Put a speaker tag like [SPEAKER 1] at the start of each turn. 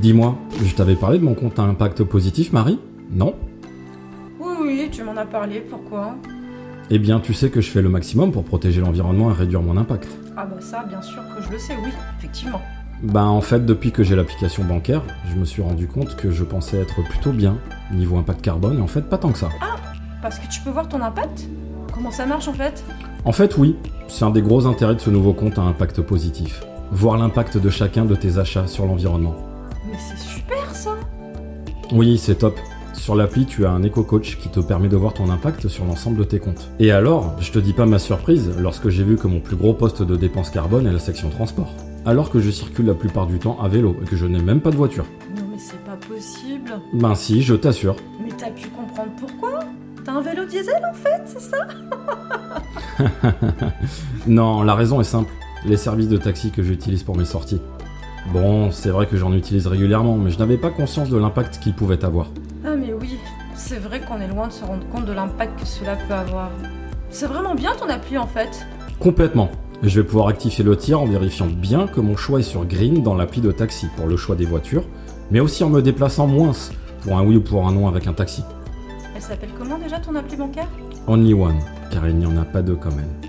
[SPEAKER 1] Dis-moi, je t'avais parlé de mon compte à impact positif, Marie Non
[SPEAKER 2] Oui, oui, tu m'en as parlé, pourquoi
[SPEAKER 1] Eh bien, tu sais que je fais le maximum pour protéger l'environnement et réduire mon impact.
[SPEAKER 2] Ah bah ça, bien sûr que je le sais, oui, effectivement.
[SPEAKER 1] Bah en fait, depuis que j'ai l'application bancaire, je me suis rendu compte que je pensais être plutôt bien, niveau impact carbone, et en fait pas tant que ça.
[SPEAKER 2] Parce que tu peux voir ton impact Comment ça marche en fait
[SPEAKER 1] En fait, oui, c'est un des gros intérêts de ce nouveau compte à impact positif. Voir l'impact de chacun de tes achats sur l'environnement.
[SPEAKER 2] Mais c'est super ça
[SPEAKER 1] Oui, c'est top. Sur l'appli, tu as un éco-coach qui te permet de voir ton impact sur l'ensemble de tes comptes. Et alors, je te dis pas ma surprise lorsque j'ai vu que mon plus gros poste de dépense carbone est la section transport. Alors que je circule la plupart du temps à vélo et que je n'ai même pas de voiture.
[SPEAKER 2] Non mais c'est pas possible
[SPEAKER 1] Ben si, je t'assure.
[SPEAKER 2] Mais t'as pu comprendre pourquoi T'as un vélo diesel en fait, c'est ça
[SPEAKER 1] Non, la raison est simple. Les services de taxi que j'utilise pour mes sorties. Bon, c'est vrai que j'en utilise régulièrement, mais je n'avais pas conscience de l'impact qu'ils pouvaient avoir.
[SPEAKER 2] Ah mais oui, c'est vrai qu'on est loin de se rendre compte de l'impact que cela peut avoir. C'est vraiment bien ton appli en fait.
[SPEAKER 1] Complètement. Je vais pouvoir activer le tir en vérifiant bien que mon choix est sur green dans l'appli de taxi pour le choix des voitures, mais aussi en me déplaçant moins pour un oui ou pour un non avec un taxi.
[SPEAKER 2] Elle s'appelle comment déjà ton appli bancaire
[SPEAKER 1] Only one, car il n'y en a pas deux quand même.